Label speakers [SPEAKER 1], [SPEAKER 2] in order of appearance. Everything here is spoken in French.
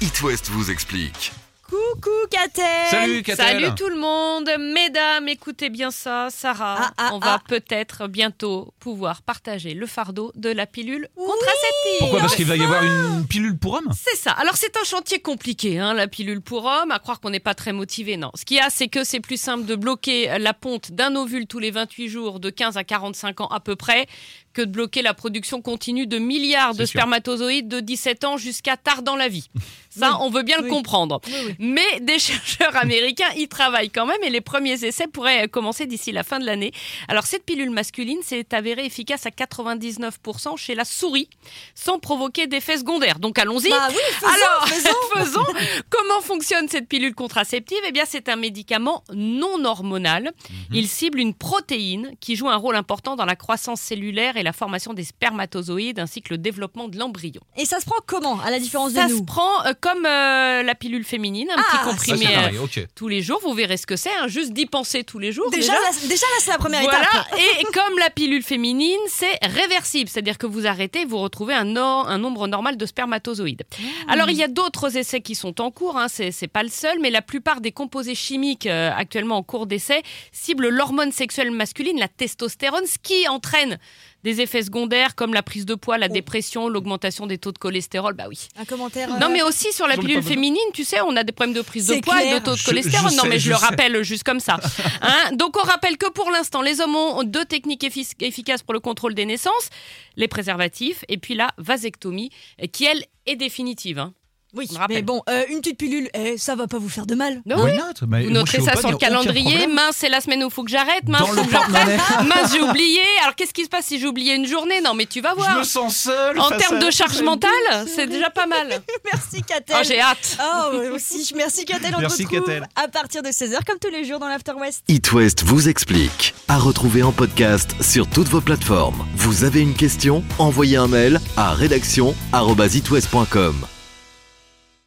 [SPEAKER 1] It West vous explique.
[SPEAKER 2] Coucou Katel
[SPEAKER 3] Salut,
[SPEAKER 4] Bah
[SPEAKER 3] Katel.
[SPEAKER 2] Salut tout le monde Mesdames, écoutez bien ça, Sarah,
[SPEAKER 4] Ah, ah,
[SPEAKER 2] on
[SPEAKER 4] ah.
[SPEAKER 2] va peut-être bientôt pouvoir partager le fardeau de la pilule contraceptive.
[SPEAKER 3] Pourquoi Parce qu'il va y avoir une pilule pour hommes
[SPEAKER 2] C'est ça. Alors c'est un chantier compliqué, hein, la pilule pour homme, à croire qu'on n'est pas très motivé, non. Ce qu'il y a, c'est que c'est plus simple de bloquer la ponte d'un ovule tous les 28 jours de 15 à 45 ans à peu près que de bloquer la production continue de milliards de
[SPEAKER 3] C'est sûr.
[SPEAKER 2] spermatozoïdes de 17 ans jusqu'à tard dans la vie. Ça, on veut bien le
[SPEAKER 4] Oui.
[SPEAKER 2] comprendre.
[SPEAKER 4] Oui, oui.
[SPEAKER 2] Mais des chercheurs américains y travaillent quand même et les premiers essais pourraient commencer d'ici la fin de l'année. Alors cette pilule masculine s'est avérée efficace à 99% chez la souris sans provoquer d'effets secondaires. Donc allons-y.
[SPEAKER 4] Bah oui, faisons,
[SPEAKER 2] Alors,
[SPEAKER 4] faisons.
[SPEAKER 2] faisons. Comment fonctionne cette pilule contraceptive Eh bien, c'est un médicament non hormonal. Il cible une protéine qui joue un rôle important dans la croissance cellulaire et la formation des spermatozoïdes ainsi que le développement de l'embryon.
[SPEAKER 4] Et ça se prend comment, à la différence
[SPEAKER 2] Ça
[SPEAKER 4] de
[SPEAKER 2] se
[SPEAKER 4] nous
[SPEAKER 2] prend euh, comme euh, la pilule féminine, un
[SPEAKER 4] Ah,
[SPEAKER 2] petit
[SPEAKER 3] Ah,
[SPEAKER 2] comprimé
[SPEAKER 3] c'est
[SPEAKER 2] euh,
[SPEAKER 3] pareil, ok.
[SPEAKER 2] tous les jours. Vous verrez ce que c'est. hein. Juste d'y penser tous les jours.
[SPEAKER 4] déjà, là, déjà là, c'est la première
[SPEAKER 2] voilà.
[SPEAKER 4] étape.
[SPEAKER 2] Et comme la pilule féminine, c'est réversible, c'est-à-dire que vous arrêtez, vous retrouvez un, nor- un nombre normal de spermatozoïdes.
[SPEAKER 4] Ah.
[SPEAKER 2] Alors il y a d'autres essais qui sont en cours, hein, c'est c'est pas le seul, mais la plupart des composés chimiques euh, actuellement en cours d'essai ciblent l'hormone sexuelle masculine, la testostérone, ce qui entraîne des effets secondaires comme la prise de poids, la
[SPEAKER 4] Oh.
[SPEAKER 2] dépression, l'augmentation des taux de cholestérol. Bah oui.
[SPEAKER 4] Un commentaire.
[SPEAKER 2] Non,
[SPEAKER 4] euh,
[SPEAKER 2] mais aussi sur la
[SPEAKER 3] Ah J'en ai
[SPEAKER 2] pilule
[SPEAKER 3] pas besoin.
[SPEAKER 2] féminine, tu sais, on a des problèmes de prise de
[SPEAKER 4] C'est
[SPEAKER 2] poids et
[SPEAKER 4] clair.
[SPEAKER 2] de taux de
[SPEAKER 3] Je-
[SPEAKER 2] cholestérol.
[SPEAKER 3] je
[SPEAKER 2] non, mais
[SPEAKER 3] sais,
[SPEAKER 2] je,
[SPEAKER 3] je
[SPEAKER 2] le
[SPEAKER 3] sais.
[SPEAKER 2] rappelle juste comme ça. Hein Donc, on rappelle que pour l'instant, les hommes ont deux techniques effic- efficaces pour le contrôle des naissances les préservatifs et puis la vasectomie, qui, elle, est définitive. hein.
[SPEAKER 4] Oui,
[SPEAKER 2] on rappelle.
[SPEAKER 4] mais bon, euh, une petite pilule, eh, ça va pas vous faire de mal.
[SPEAKER 2] Non,
[SPEAKER 3] Why
[SPEAKER 2] oui.
[SPEAKER 3] not Mais
[SPEAKER 2] Vous
[SPEAKER 3] moi,
[SPEAKER 2] noterez
[SPEAKER 3] je suis
[SPEAKER 2] ça
[SPEAKER 3] open,
[SPEAKER 2] sur
[SPEAKER 3] y a aucun
[SPEAKER 2] le calendrier.
[SPEAKER 3] problème.
[SPEAKER 2] Mince, c'est la semaine où il faut que j'arrête. Mince,
[SPEAKER 3] Dans
[SPEAKER 2] faut
[SPEAKER 3] le
[SPEAKER 2] que j'en
[SPEAKER 3] porte-monnaie.
[SPEAKER 2] fasse. Mince, j'ai oublié. Alors, qu'est-ce qui se passe si j'ai oublié une journée Non, mais tu vas
[SPEAKER 3] Je
[SPEAKER 2] voir.
[SPEAKER 3] me sens seul.
[SPEAKER 2] En
[SPEAKER 3] face
[SPEAKER 2] termes
[SPEAKER 3] à-
[SPEAKER 2] de charge mentale, c'est déjà pas mal.
[SPEAKER 4] Merci, Katel.
[SPEAKER 2] Ah, j'ai hâte.
[SPEAKER 4] Oh, moi aussi. Merci, Katel. On te
[SPEAKER 3] Merci,
[SPEAKER 4] retrouve
[SPEAKER 3] Katel.
[SPEAKER 4] à partir de 16h, comme tous les jours dans l'After West.
[SPEAKER 1] It West vous explique. À retrouver en podcast sur toutes vos plateformes. Vous avez une question Envoyez un mail à rédaction@itwest.com.